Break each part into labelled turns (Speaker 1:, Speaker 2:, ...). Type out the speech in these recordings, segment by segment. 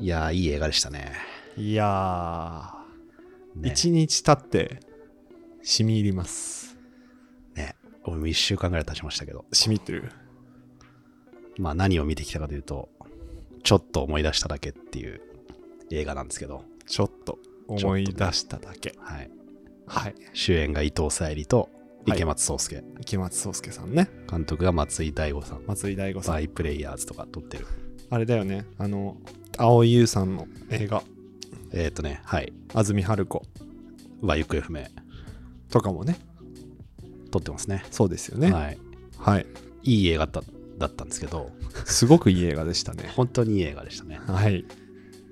Speaker 1: いやーいい映画でしたね。
Speaker 2: いやー、
Speaker 1: ね
Speaker 2: 一日経って、染み入ります。
Speaker 1: ね。俺も1週間ぐらい経ちましたけど、
Speaker 2: 染みってる。
Speaker 1: まあ何を見てきたかというと、ちょっと思い出しただけっていう映画なんですけど、
Speaker 2: ちょっと思い出しただけ。
Speaker 1: はい。
Speaker 2: はい。
Speaker 1: 主演が伊藤沙莉と
Speaker 2: はい
Speaker 1: 池松壮亮、
Speaker 2: 池松壮亮さんね。
Speaker 1: 監督が松井大悟さん、
Speaker 2: 松井大悟さ
Speaker 1: バ
Speaker 2: ん。
Speaker 1: イプレイヤーズとか撮ってる。
Speaker 2: あれだよね。あの、蒼井優さんの映画、
Speaker 1: えっ、ー、とね、はい。
Speaker 2: 安住春子
Speaker 1: は行方不明、
Speaker 2: とかもね。
Speaker 1: 撮ってますね。
Speaker 2: そうですよね。
Speaker 1: はい。
Speaker 2: はい。
Speaker 1: いい映画だだったんですけど、
Speaker 2: すごくいい映画でしたね。
Speaker 1: 本当にいい映画でしたね。
Speaker 2: はい。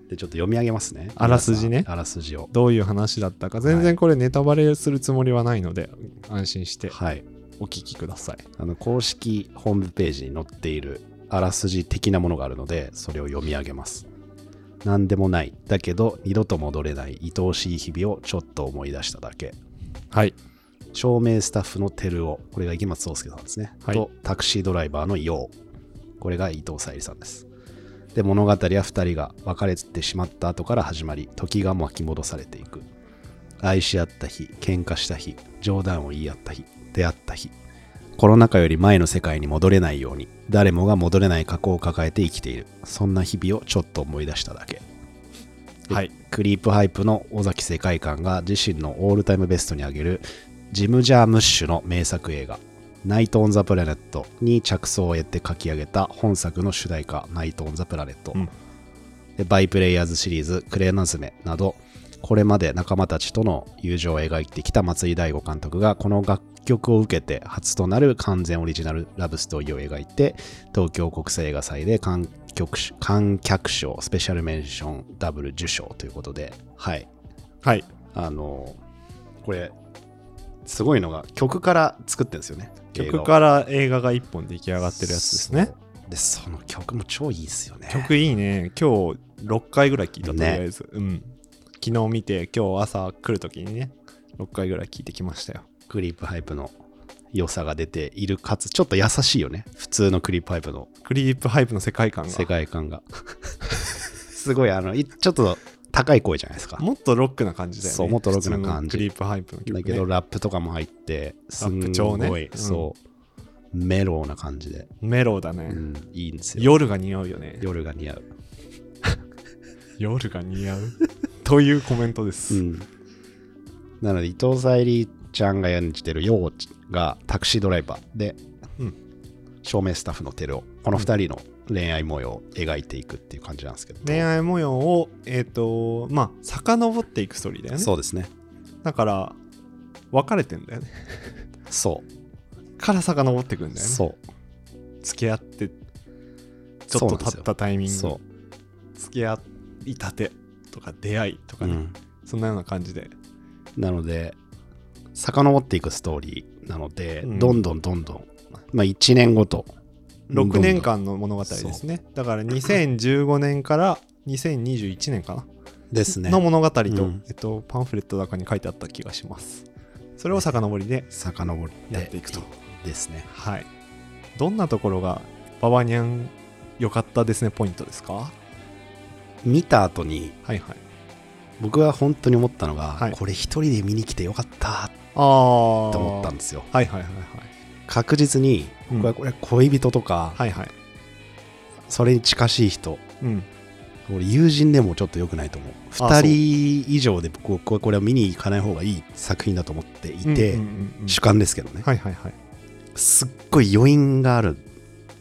Speaker 1: で、ちょっと読み上げますね。
Speaker 2: あらすじね
Speaker 1: 皆さんあらすじを。
Speaker 2: どういう話だったか、全然これネタバレするつもりはないので、安心して
Speaker 1: はい。
Speaker 2: お聞きください。
Speaker 1: あの公式ホームページに載っているあらすじ的なものがあるのでそれを読み上げます何でもないだけど二度と戻れない愛おしい日々をちょっと思い出しただけ
Speaker 2: はい。
Speaker 1: 照明スタッフのテルオこれが池松壮亮さんですね、
Speaker 2: はい
Speaker 1: とタクシードライバーのヨウこれが伊藤沙莉さんですで物語は2人が別れてしまった後から始まり時が巻き戻されていく愛し合った日喧嘩した日冗談を言い合った日出会った日コロナ禍より前の世界に戻れないように誰もが戻れない過去を抱えて生きているそんな日々をちょっと思い出しただけで
Speaker 2: はい。
Speaker 1: クリープハイプの尾崎世界観が自身のオールタイムベストに挙げるジム・ジャームッシュの名作映画「ナイト・オン・ザ・プラネット」に着想を得て書き上げた本作の主題歌「ナイト・オン・ザ・プラネット」
Speaker 2: うん
Speaker 1: でバイプレイヤーズシリーズ「クレナズメ」などこれまで仲間たちとの友情を描いてきた松井大悟監督がこの楽曲を受けて初となる完全オリジナルラブストーリーを描いて東京国際映画祭で観客賞観客賞スペシャルメンションダブル受賞ということではい
Speaker 2: はい。
Speaker 1: あのこれすごいのが曲から作ってるんですよね
Speaker 2: 曲
Speaker 1: ら
Speaker 2: から映画が一本出来上がってるやつですね。
Speaker 1: でその曲も超いいですよね
Speaker 2: 曲いいね今日6回ぐらい聞いたとり
Speaker 1: ね
Speaker 2: あえず、うん昨日見て今日朝来るときにね6回ぐらい聞いてきましたよ
Speaker 1: クリープハイプの良さが出ているかつちょっと優しいよね普通のクリープハイプの
Speaker 2: クリープハイプの世界観が
Speaker 1: 世界観が すごいあのいちょっと高い声じゃないですか
Speaker 2: もっとロックな感じだよね
Speaker 1: そうもっとロックな感じ
Speaker 2: 普通のクリープハイプの曲、
Speaker 1: だ
Speaker 2: ね、
Speaker 1: けどラップとかも入ってすん
Speaker 2: ラップ
Speaker 1: ご
Speaker 2: 調
Speaker 1: い、
Speaker 2: ねうん
Speaker 1: そうメローな感じで、
Speaker 2: メロだね、
Speaker 1: うん、いいんですよ
Speaker 2: 夜が似合うよね
Speaker 1: 夜が似合う、
Speaker 2: 夜が似合うというコメントです、
Speaker 1: うん、なので伊藤沙莉ちゃんが演じてる陽がタクシードライバーで、
Speaker 2: うん
Speaker 1: 照明スタッフのテルオこの2人の恋愛模様を描いていくっていう感じなんですけど、
Speaker 2: 恋愛模様をえっ、とまあ遡っていくストーリーだよね
Speaker 1: そうですね
Speaker 2: だから別れてんだよね
Speaker 1: そう
Speaker 2: から遡ってくんだよね
Speaker 1: そう
Speaker 2: 付き合ってちょっと経ったタイミング
Speaker 1: そ
Speaker 2: 付き合いたてとか出会いと
Speaker 1: う、
Speaker 2: か
Speaker 1: う
Speaker 2: ね、
Speaker 1: ん、
Speaker 2: そんなような感じで
Speaker 1: なので遡っていくストーリーなので、
Speaker 2: うん
Speaker 1: どんどんどんどん、まあ、1年ごと
Speaker 2: 6年間の物語ですねだから2015年から2021年かな、
Speaker 1: ですね
Speaker 2: の物語と、
Speaker 1: うん
Speaker 2: えっと、パンフレットの中に書いてあった気がしますそれを遡りで、
Speaker 1: 遡って
Speaker 2: やっていくと
Speaker 1: ですね
Speaker 2: はいどんなところがババニャン良かったですねポイントですか
Speaker 1: 見た後に
Speaker 2: はいはい
Speaker 1: 僕は本当に思ったのが、
Speaker 2: はい
Speaker 1: これ一人で見に来てよかったって
Speaker 2: ああ
Speaker 1: 思ったんですよ
Speaker 2: はいはいはいはい
Speaker 1: 確実に
Speaker 2: うん
Speaker 1: 僕はこれ恋人とか、
Speaker 2: はいはい
Speaker 1: それに近しい人
Speaker 2: うん
Speaker 1: 俺友人でもちょっと良くないと思う
Speaker 2: そう
Speaker 1: 2人以上で僕はこれは見に行かない方がいい作品だと思っていて、
Speaker 2: うんうんうんうん
Speaker 1: 主観ですけどね、
Speaker 2: はいはいはい
Speaker 1: すっごい余韻がある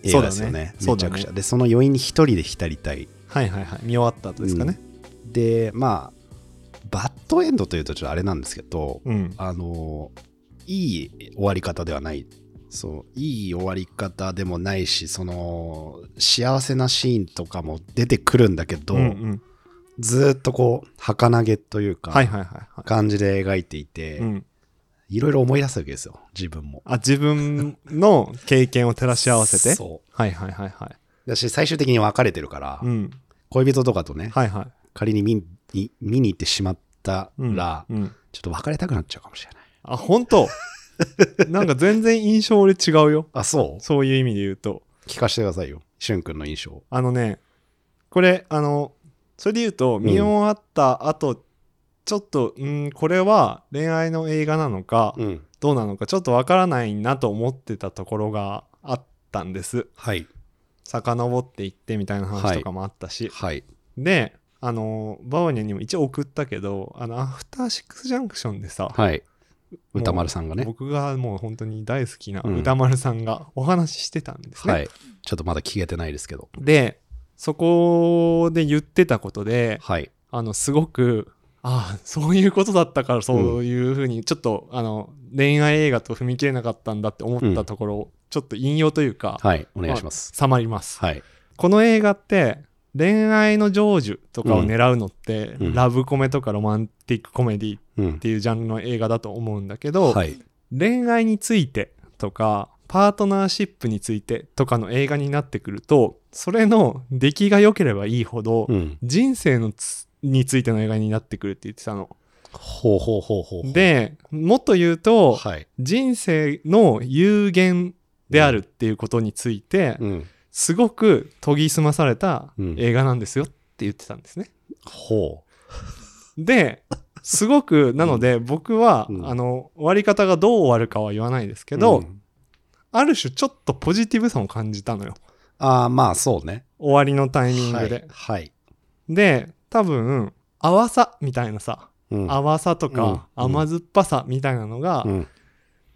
Speaker 1: 映画ですよね
Speaker 2: そう
Speaker 1: め
Speaker 2: だ
Speaker 1: ち
Speaker 2: ね
Speaker 1: ゃくちゃ、でその余韻に一人で浸りたい
Speaker 2: はいはいはい見終わった後ですかね
Speaker 1: でまあバッドエンドというとちょっとあれなんですけど、
Speaker 2: うん
Speaker 1: あのいい終わり方ではないそういい終わり方でもないしその幸せなシーンとかも出てくるんだけど、
Speaker 2: うんうん
Speaker 1: ずーっとこう儚げというか、
Speaker 2: はいはいはいは
Speaker 1: 感じで描いてい
Speaker 2: い、
Speaker 1: て、
Speaker 2: うん、
Speaker 1: いろいろ思い出すわけですよ自分も
Speaker 2: あ自分の経験を照らし合わせて
Speaker 1: そう
Speaker 2: はいはいはいはい
Speaker 1: だし最終的に別れてるから、
Speaker 2: うん
Speaker 1: 恋人とかとね、
Speaker 2: はいはい
Speaker 1: 仮に見に見に行ってしまった
Speaker 2: うん
Speaker 1: ら、
Speaker 2: うん、
Speaker 1: ちょっと別れたくなっちゃうかもしれない。
Speaker 2: あ 本当なんか全然印象俺違うよ
Speaker 1: あ、そ
Speaker 2: そういう意味で言うと
Speaker 1: う聞かせてくださいよ。しゅんくんの印象。
Speaker 2: あのねこれあのそれで言うと
Speaker 1: ん
Speaker 2: 見終わった後、ちょっとうんこれは恋愛の映画なのか、
Speaker 1: うん。
Speaker 2: どうなのかちょっとわからないなと思ってたところがあったんです
Speaker 1: はい。
Speaker 2: 遡っていってみたいな話とかもあったし、
Speaker 1: はい。
Speaker 2: であのバオニャンにも一応送ったけどあのアフターシックスジャンクションでさ、
Speaker 1: はい。歌丸さんがね。
Speaker 2: 僕がもう本当に大好きな
Speaker 1: うん
Speaker 2: 歌丸さんがお話ししてたんですね、
Speaker 1: はい。ちょっとまだ聞けてないですけど。
Speaker 2: でそこで言ってたことで
Speaker 1: はい。
Speaker 2: あのすごくああそういうことだったからそういうふうにちょっと、あの恋愛映画と踏み切れなかったんだって思ったところを、ちょっと引用というか、
Speaker 1: はい。お願いします。
Speaker 2: さまります、
Speaker 1: はい。
Speaker 2: この映画って恋愛の成就とかを狙うのって、
Speaker 1: うん
Speaker 2: ラブコメとかロマンティックコメディっ
Speaker 1: うん。
Speaker 2: ていうジャンルの映画だと思うんだけど、
Speaker 1: はい。
Speaker 2: 恋愛についてとかパートナーシップについてとかの映画になってくるとそれの出来が良ければいいほど、
Speaker 1: うん。
Speaker 2: 人生のつについての映画になってくるって言ってたの。
Speaker 1: ほうほうほうほうほう。、
Speaker 2: でもっと言うと、
Speaker 1: はい。
Speaker 2: 人生の有限であるっていうことについて、
Speaker 1: うん。
Speaker 2: すごく研ぎ澄まされた
Speaker 1: うん
Speaker 2: 映画なんですよって言ってたんですね。
Speaker 1: ほ
Speaker 2: ですごくなので僕は、
Speaker 1: うん
Speaker 2: あの終わり方がどう終わるかは言わないです
Speaker 1: う。
Speaker 2: けど、
Speaker 1: うん
Speaker 2: ある種ちょっとポジティブさも感じたのよ
Speaker 1: ああ、まあそうね。
Speaker 2: 終わりのタイミングで。
Speaker 1: はい。はい。
Speaker 2: で多分淡さみたいなさ、
Speaker 1: うん
Speaker 2: 淡さとか
Speaker 1: うん
Speaker 2: 甘酸っぱさみたいなのが
Speaker 1: うん。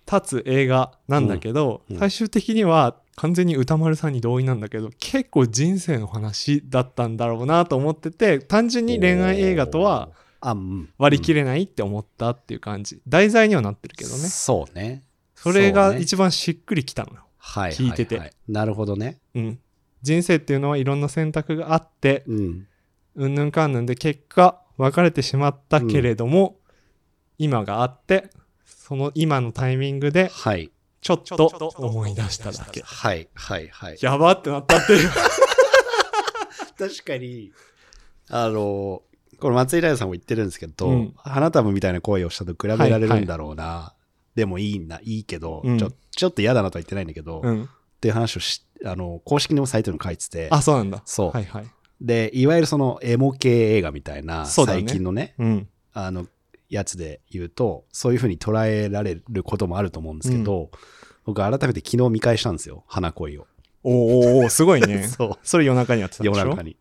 Speaker 2: 立つ映画なんだけど、
Speaker 1: うんうん
Speaker 2: 最終的には完全に歌丸さんに同意なんだけど結構人生の話だったんだろうなと思ってて単純に恋愛映画とは
Speaker 1: あ、うん
Speaker 2: 割り切れないって思ったっていう感じ、題材にはなってるけどね
Speaker 1: そうね。
Speaker 2: それが
Speaker 1: そうね
Speaker 2: 一番しっくりきたのよ、
Speaker 1: はい。
Speaker 2: 聞いてて
Speaker 1: ははなるほどね。
Speaker 2: うん、人生っていうのはいろんな選択があって
Speaker 1: うん。
Speaker 2: うんぬんかんぬんで結果別れてしまったけれども、今があってその今のタイミングで
Speaker 1: はい。
Speaker 2: ちょっと思い出しただけ
Speaker 1: はい。はい。はい。
Speaker 2: やばってなったっていう
Speaker 1: 確かに、あの、これ松井大さんも言ってるんですけど、
Speaker 2: うん
Speaker 1: 花束みたいな声をしたと比べられるんだろうな。でもいいな、いいけど、
Speaker 2: うん
Speaker 1: ちょちょっと嫌だなとは言ってないんだけど、
Speaker 2: う
Speaker 1: っ
Speaker 2: ん
Speaker 1: ていう話をし、あの、公式にもサイトにも書いてて、
Speaker 2: あそうなんだ
Speaker 1: そう、
Speaker 2: はいはい
Speaker 1: で、いわゆるそのエモ系映画みたいな、
Speaker 2: そうだね
Speaker 1: 最近のね、
Speaker 2: うん
Speaker 1: あの、やつで言うと、そういうふうに捉えられることもあると思うんですけど、僕改めて昨日見返したんですよ、花恋を。
Speaker 2: おーおーおーすごいね
Speaker 1: そう。
Speaker 2: それ夜中にやってたんで
Speaker 1: 夜
Speaker 2: しょ
Speaker 1: 中に。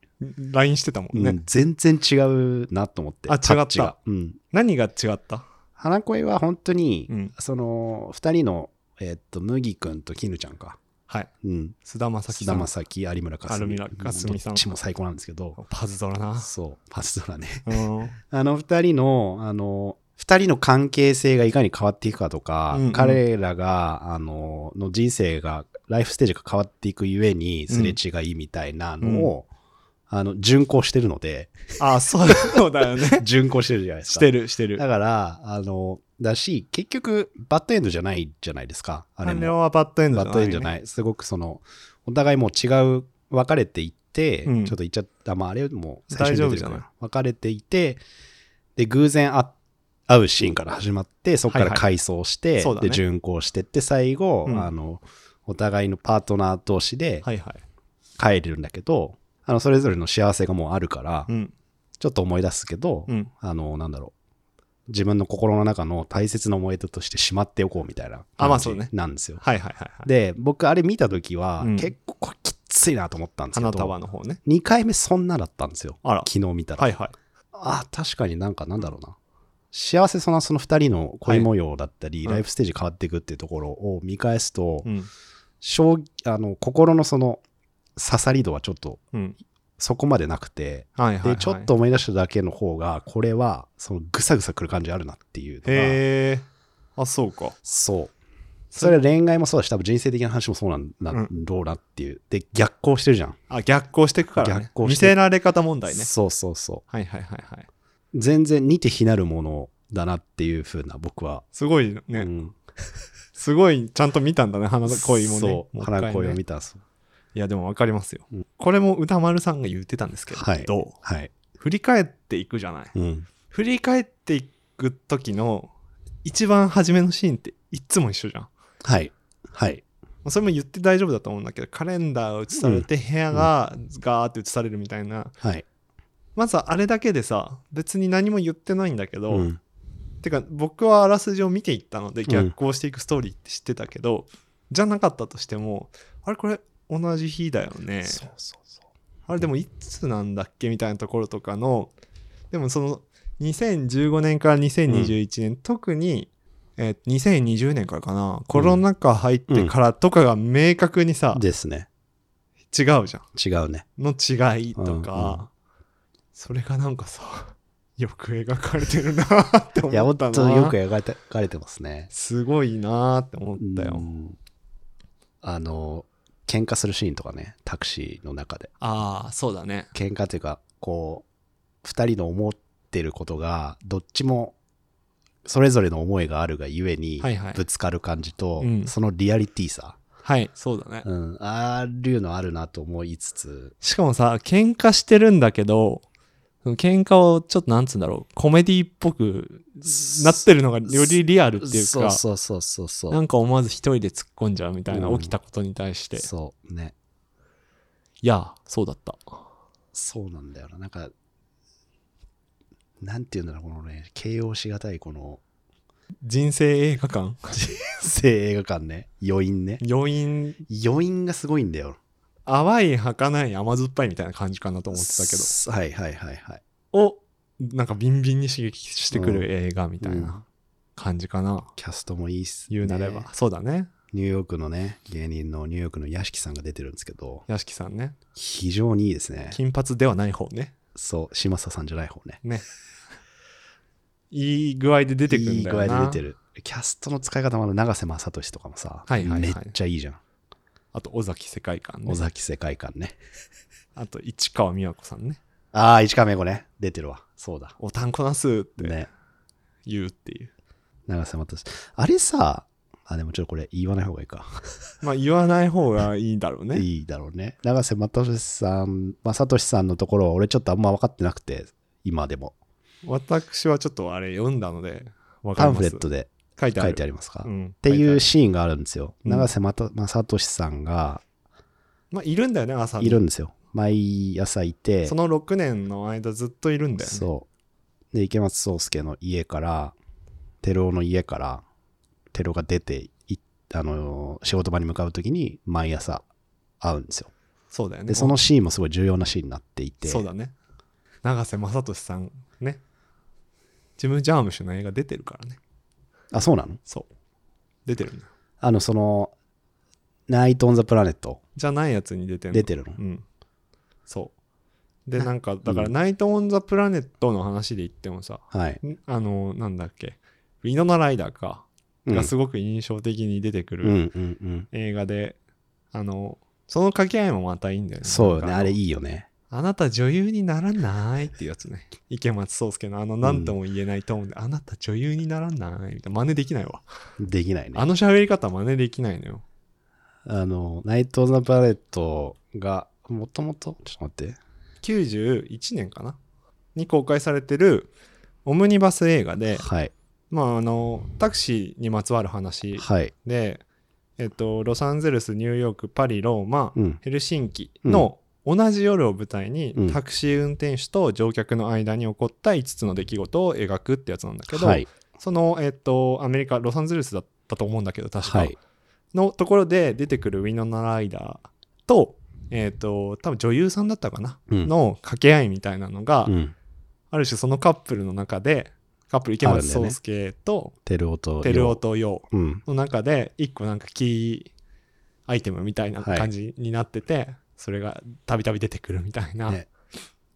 Speaker 2: LINE してたもんね、
Speaker 1: うん全然違うなと思って。
Speaker 2: あ違った
Speaker 1: タッチがうん。
Speaker 2: 何が違った
Speaker 1: 花恋は本当に、
Speaker 2: うん
Speaker 1: その、二人の、えっと、麦君と絹ちゃんか。
Speaker 2: はい
Speaker 1: うん。
Speaker 2: 菅田将暉
Speaker 1: 菅
Speaker 2: さん
Speaker 1: 田将暉、有村架純。
Speaker 2: 有村架純さ
Speaker 1: どっ
Speaker 2: ん
Speaker 1: ちも最高なんですけど、
Speaker 2: パズドラな
Speaker 1: そう、パズドラね。
Speaker 2: うん
Speaker 1: あの二人の、あの、二人の関係性がいかに変わっていくかとか、
Speaker 2: うんうん
Speaker 1: 彼らが、あの、の人生が、ライフステージが変わっていくゆえに、すれ違いみたいなのを、あの、巡行してるの で、
Speaker 2: あそうだよ ね
Speaker 1: 巡行してるじゃないですか。
Speaker 2: してるしてる
Speaker 1: だから、あの、だし、結局、バッドエンドじゃないじゃないですか。あ
Speaker 2: あ
Speaker 1: れ
Speaker 2: れ
Speaker 1: も。
Speaker 2: はバッドエンド
Speaker 1: バッドエンドじゃ
Speaker 2: い
Speaker 1: ない。すごくその、お互いもう違う、別れていって、
Speaker 2: うん
Speaker 1: ちょっと言っちゃった、まああれもう
Speaker 2: 大丈夫
Speaker 1: 出てるから
Speaker 2: じゃな
Speaker 1: 別れていて、で、偶然あ会うシーンから始まって、そこか
Speaker 2: は
Speaker 1: ら
Speaker 2: いは
Speaker 1: 回想して、
Speaker 2: そうだね
Speaker 1: で、巡行してって、最後、
Speaker 2: うん
Speaker 1: あの、お互いのパートナー同士で
Speaker 2: はいはい
Speaker 1: 帰れるんだけど、あの、それぞれの幸せがもうあるから、
Speaker 2: うん
Speaker 1: ちょっと思い出すけど、
Speaker 2: うん
Speaker 1: あの、なんだろう。自分の心の中の大切な思い出としてしまっておこうみたいな
Speaker 2: あまあ
Speaker 1: 感
Speaker 2: そう
Speaker 1: じ
Speaker 2: ね
Speaker 1: なんですよ。
Speaker 2: はいはいはいはい
Speaker 1: で、僕あれ見た時は、
Speaker 2: うん
Speaker 1: 結構これきっついなと思ったんですけ
Speaker 2: 花
Speaker 1: ど、
Speaker 2: 束の方ね
Speaker 1: 2回目そんなだったんですよ。
Speaker 2: あら
Speaker 1: 昨日見たら。
Speaker 2: はいはい
Speaker 1: あー確かになんかなんだろうな。幸せそうなその2人の恋模様だったり、
Speaker 2: はい
Speaker 1: ライフステージ変わっていくっていうところを見返すと、
Speaker 2: うん
Speaker 1: 衝撃あの心のその刺さり度はちょっと
Speaker 2: うん
Speaker 1: そこまでなくて、
Speaker 2: はいはいは
Speaker 1: で
Speaker 2: い
Speaker 1: ちょっと思い出しただけの方がこれはそのぐさぐさくる感じあるなっていうのが
Speaker 2: へえあそうか
Speaker 1: そうそれは恋愛もそうだし多分人生的な話もそうなんだ
Speaker 2: うん
Speaker 1: ろうなっていうで逆行してるじゃん、
Speaker 2: あ逆行していくからね
Speaker 1: 逆行
Speaker 2: 見
Speaker 1: して
Speaker 2: せられ方問題ね
Speaker 1: そうそうそ
Speaker 2: はいはいはいはいう
Speaker 1: 全然似て非なるものだなっていうふうな僕は、
Speaker 2: すごいね、
Speaker 1: うん、
Speaker 2: すごいちゃんと見たんだね花恋もね
Speaker 1: そう
Speaker 2: もう一回ね
Speaker 1: 花恋を見たそう
Speaker 2: いやでも分かりますよ、
Speaker 1: うん
Speaker 2: これも歌丸さんが言ってたんですけど、
Speaker 1: はい
Speaker 2: どう
Speaker 1: はい、
Speaker 2: 振り返っていくじゃない
Speaker 1: うん、
Speaker 2: 振り返っていく時の一番初めのシーンっていっつも一緒じゃんま
Speaker 1: はいはい
Speaker 2: あそれも言って大丈夫だと思うんだけどカレンダーが映されて部屋がガーって映されるみたいな
Speaker 1: はい
Speaker 2: まずあれだけでさ別に何も言ってないんだけど、
Speaker 1: うん
Speaker 2: てか僕はあらすじを見ていったので逆行していくストーリーって知ってたけど、じゃなかったとしてもあれこれ同じ日だよね
Speaker 1: そうそうそう
Speaker 2: あれでもいつなんだっけみたいなところとかのでもその2015年から2021年、特に、えー2020年からかなコロナ禍入ってからとかが明確にさ、
Speaker 1: ですね
Speaker 2: 違うじゃん
Speaker 1: 違うね
Speaker 2: の違いとか、
Speaker 1: うんう
Speaker 2: それがなんかさよく描かれてるなって思
Speaker 1: いや本
Speaker 2: った
Speaker 1: 当
Speaker 2: な
Speaker 1: によく描かれて描かれてますね
Speaker 2: すごいなって思ったよ、
Speaker 1: うんあの喧嘩するシーンとかねタクシーの中で
Speaker 2: ああそうだね
Speaker 1: 喧嘩というかこう2人の思ってることがどっちもそれぞれの思いがあるがゆえに
Speaker 2: はいはい
Speaker 1: ぶつかる感じと、
Speaker 2: うん
Speaker 1: そのリアリティさ、
Speaker 2: はいそうだね、
Speaker 1: うん、ああいうのあるなと思いつつ
Speaker 2: しかもさ喧嘩してるんだけどその喧嘩をちょっとなんつうんだろうコメディっぽくなってるのがよりリアルっていう
Speaker 1: そ
Speaker 2: か
Speaker 1: うそうそうそうそう
Speaker 2: なんか思わず一人で突っ込んじゃうみたいな、
Speaker 1: うん
Speaker 2: 起きたことに対してい
Speaker 1: そうね
Speaker 2: やそうだった
Speaker 1: そうなんだよななんかなんていうんだろうこのね形容しがたいこの
Speaker 2: 人生映画館
Speaker 1: 性映画館ね余韻ね
Speaker 2: 余韻
Speaker 1: 余韻がすごいんだよ
Speaker 2: 淡い儚い甘酸っぱいみたいな感じかなと思ってたけど
Speaker 1: すはいはいはいはい
Speaker 2: をなんかビンビンに刺激してくる映画みたい
Speaker 1: うん
Speaker 2: な感じかな、
Speaker 1: キャストもいいっす、ね、
Speaker 2: 言うなれば、そうだね
Speaker 1: ニューヨークのね芸人のニューヨークの屋敷さんが出てるんですけど
Speaker 2: 屋敷さんね
Speaker 1: 非常にいいですね
Speaker 2: 金髪ではない方ね
Speaker 1: そう嶋佐さんじゃない方ね
Speaker 2: ね。いい具合で出てくるんだよな。
Speaker 1: いい具合で出てるキャストの使い方もある永瀬正敏とかもさ、
Speaker 2: はいはいはい
Speaker 1: めっちゃいいじゃん
Speaker 2: あと、尾崎世界観ね
Speaker 1: 尾。崎世界観ね
Speaker 2: あと、市川美和子さんね。
Speaker 1: ああ市川芽子ね出てるわそうだ
Speaker 2: おたんこなすって
Speaker 1: ね
Speaker 2: 言うっていう。
Speaker 1: 長瀬正あれさあでもちょっとこれ言わない方がいいか、
Speaker 2: まあ、言わない方がいいだろうね。
Speaker 1: いいだろうね長瀬正さん正さんのところは俺ちょっとあんま分かってなくて今でも
Speaker 2: 私はちょっとあれ読んだので、わか
Speaker 1: パ
Speaker 2: り
Speaker 1: ン
Speaker 2: ま
Speaker 1: フレ
Speaker 2: す。
Speaker 1: ットで
Speaker 2: 書いてあ
Speaker 1: 書
Speaker 2: る。
Speaker 1: いてありますか、っ
Speaker 2: うん、って
Speaker 1: いう
Speaker 2: ある
Speaker 1: シーンがあるんですよ、
Speaker 2: うん
Speaker 1: 長瀬また正俊さんが
Speaker 2: まあ、いるんだよね、朝に
Speaker 1: いるんですよ毎朝いて
Speaker 2: その6年の間ずっといるんだよね。
Speaker 1: そうで池松壮亮の家から照夫の家から照夫が出ていあのー仕事場に向かう時に毎朝会うんですよ
Speaker 2: そうだよね。
Speaker 1: でそのシーンもすごい重要なシーンになっていて
Speaker 2: そうだね。永瀬正敏さんね。ジム・ジャームシュの映画出てるからね。
Speaker 1: あそうなの
Speaker 2: そう。出てるんだよ
Speaker 1: あのそのナイト・オン・ザ・プラネット
Speaker 2: じゃないやつに出てる
Speaker 1: 出てるの
Speaker 2: うんそうで
Speaker 1: な
Speaker 2: なんかだか
Speaker 1: う
Speaker 2: ら「
Speaker 1: ん
Speaker 2: ナイト・オン・ザ・プラネット」の話で言ってもさ、
Speaker 1: はい、
Speaker 2: んあのなんだっけウィノナ・ライダーか
Speaker 1: うん、
Speaker 2: がすごく印象的に出て
Speaker 1: う
Speaker 2: く
Speaker 1: ん
Speaker 2: る
Speaker 1: うんうん
Speaker 2: 映画で、あのその掛け合いもまたいいんだよね
Speaker 1: そうよ
Speaker 2: なん
Speaker 1: ね
Speaker 2: か
Speaker 1: あれいいよね
Speaker 2: あなた女優にならないっていうやつね池松壮亮のあの何とも言えないトーンで、あなた女優にならないみたいな真似できないわ
Speaker 1: できないね
Speaker 2: あの喋り方真似できないのよ
Speaker 1: あのナイト・オン・ザ・プラネットがもともとちょっと待って
Speaker 2: 91年かなに公開されてるオムニバス映画で、
Speaker 1: はい
Speaker 2: まあ、あのタクシーにまつわる話
Speaker 1: はい
Speaker 2: で、えっと、ロサンゼルスニューヨークパリローマ、
Speaker 1: うん
Speaker 2: ヘルシンキの同じ夜を舞台に、
Speaker 1: うん
Speaker 2: タクシー運転手と乗客の間に起こった5つの出来事を描くってやつなんだけど、
Speaker 1: はい
Speaker 2: その、えっと、アメリカロサンゼルスだったと思うんだけど確か、
Speaker 1: はい
Speaker 2: のところで出てくるウィノナ・ライダーと,、えっと多分女優さんだったかな、
Speaker 1: うん
Speaker 2: の掛け合いみたいなのが、
Speaker 1: うん
Speaker 2: ある種そのカップルの中でカップル池松壮亮と
Speaker 1: 照夫と
Speaker 2: 照夫と陽
Speaker 1: うん
Speaker 2: の中で一個なんかキーアイテムみたいな感じになってて、それがたびたび出てくるみたいな
Speaker 1: ね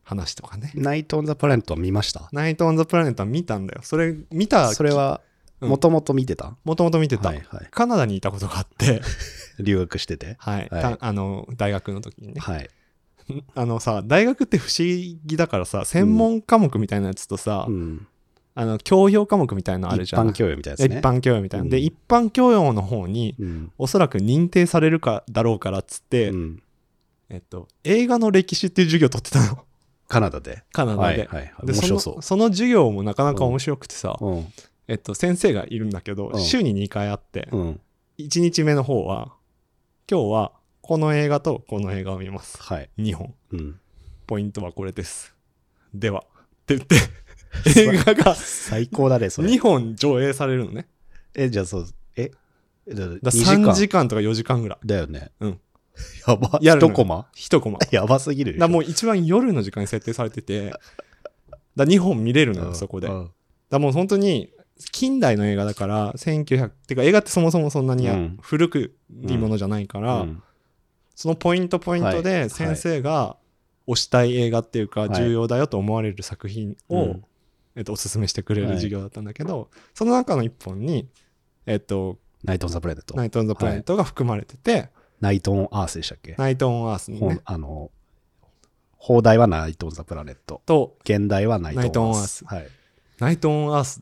Speaker 2: 話とかね
Speaker 1: ナイト・オン・ザ・プラネットは見ました
Speaker 2: ナイト・オン・ザ・プラネットは見たんだよそれ見た
Speaker 1: それは
Speaker 2: うん
Speaker 1: もともと見てた、
Speaker 2: もともと見てた、
Speaker 1: はいはい
Speaker 2: カナダにいたことがあって、
Speaker 1: 留学してて
Speaker 2: はい
Speaker 1: はい
Speaker 2: たあの大学の時にね
Speaker 1: はい
Speaker 2: あのさ大学って不思議だからさ専門科目みたいなやつとさ、
Speaker 1: うん
Speaker 2: あの教養科目みたいなのある
Speaker 1: 一
Speaker 2: じゃん
Speaker 1: 般教養みたいです
Speaker 2: 一
Speaker 1: ね
Speaker 2: 般教養みたいな、で
Speaker 1: うん
Speaker 2: 一般教養の方に
Speaker 1: うん
Speaker 2: おそらく認定されるかだろうからっつって、
Speaker 1: うん
Speaker 2: えっと、映画の歴史っていう授業を取ってたの
Speaker 1: カナダで
Speaker 2: カナダで,、
Speaker 1: はいはいはい
Speaker 2: で
Speaker 1: 面白そ
Speaker 2: のその授業もなかなか面白くてさ、
Speaker 1: ううん
Speaker 2: えっと、先生がいるんだけど、
Speaker 1: うん
Speaker 2: 週に2回あって、
Speaker 1: うん
Speaker 2: 1日目の方は今日はこの映画とこの映画を見ます
Speaker 1: はい
Speaker 2: 2本
Speaker 1: うん
Speaker 2: ポイントはこれですでは。って 言って、映画が
Speaker 1: 最高だね、それ
Speaker 2: 2。本上映されるのね。
Speaker 1: え、じゃあそう、えだ2
Speaker 2: だ
Speaker 1: 時
Speaker 2: 3
Speaker 1: 間
Speaker 2: 時間とか4時間ぐらい。
Speaker 1: だよね。
Speaker 2: うん。
Speaker 1: やば。
Speaker 2: やるの
Speaker 1: 一コマ
Speaker 2: 1コマ。だか
Speaker 1: やばすぎるでしょ。
Speaker 2: らもう一番夜の時間に設定されてて、だ2本見れるの
Speaker 1: う
Speaker 2: よ、
Speaker 1: ん
Speaker 2: そこで。
Speaker 1: う
Speaker 2: だか
Speaker 1: ん
Speaker 2: らもう本当に、近代の映画だから、1900、てか映画ってそもそもそんなにや
Speaker 1: うん
Speaker 2: 古くいいものじゃないから、
Speaker 1: うん
Speaker 2: そのポイントポイント
Speaker 1: は
Speaker 2: で
Speaker 1: い
Speaker 2: 先生が推したい映画っていう
Speaker 1: は
Speaker 2: か
Speaker 1: い
Speaker 2: 重要だよと思われる作品を、
Speaker 1: うん
Speaker 2: えっと、おすすめしてくれる授業だったんだけど、その中の一本に、えっと、
Speaker 1: ナイト・オン・ザ・プレネット。
Speaker 2: ナイト・オン・ザ・プラネットが含まれてて、
Speaker 1: ナイト・オン・アースでしたっけ
Speaker 2: ナイト・オン・アースの
Speaker 1: ほん
Speaker 2: ね、
Speaker 1: あの、放題はナイト・オン・ザ・プラネット。
Speaker 2: と、
Speaker 1: 現代はナイト・オン・アース。
Speaker 2: ナ
Speaker 1: はい。
Speaker 2: ナイト・オン・アース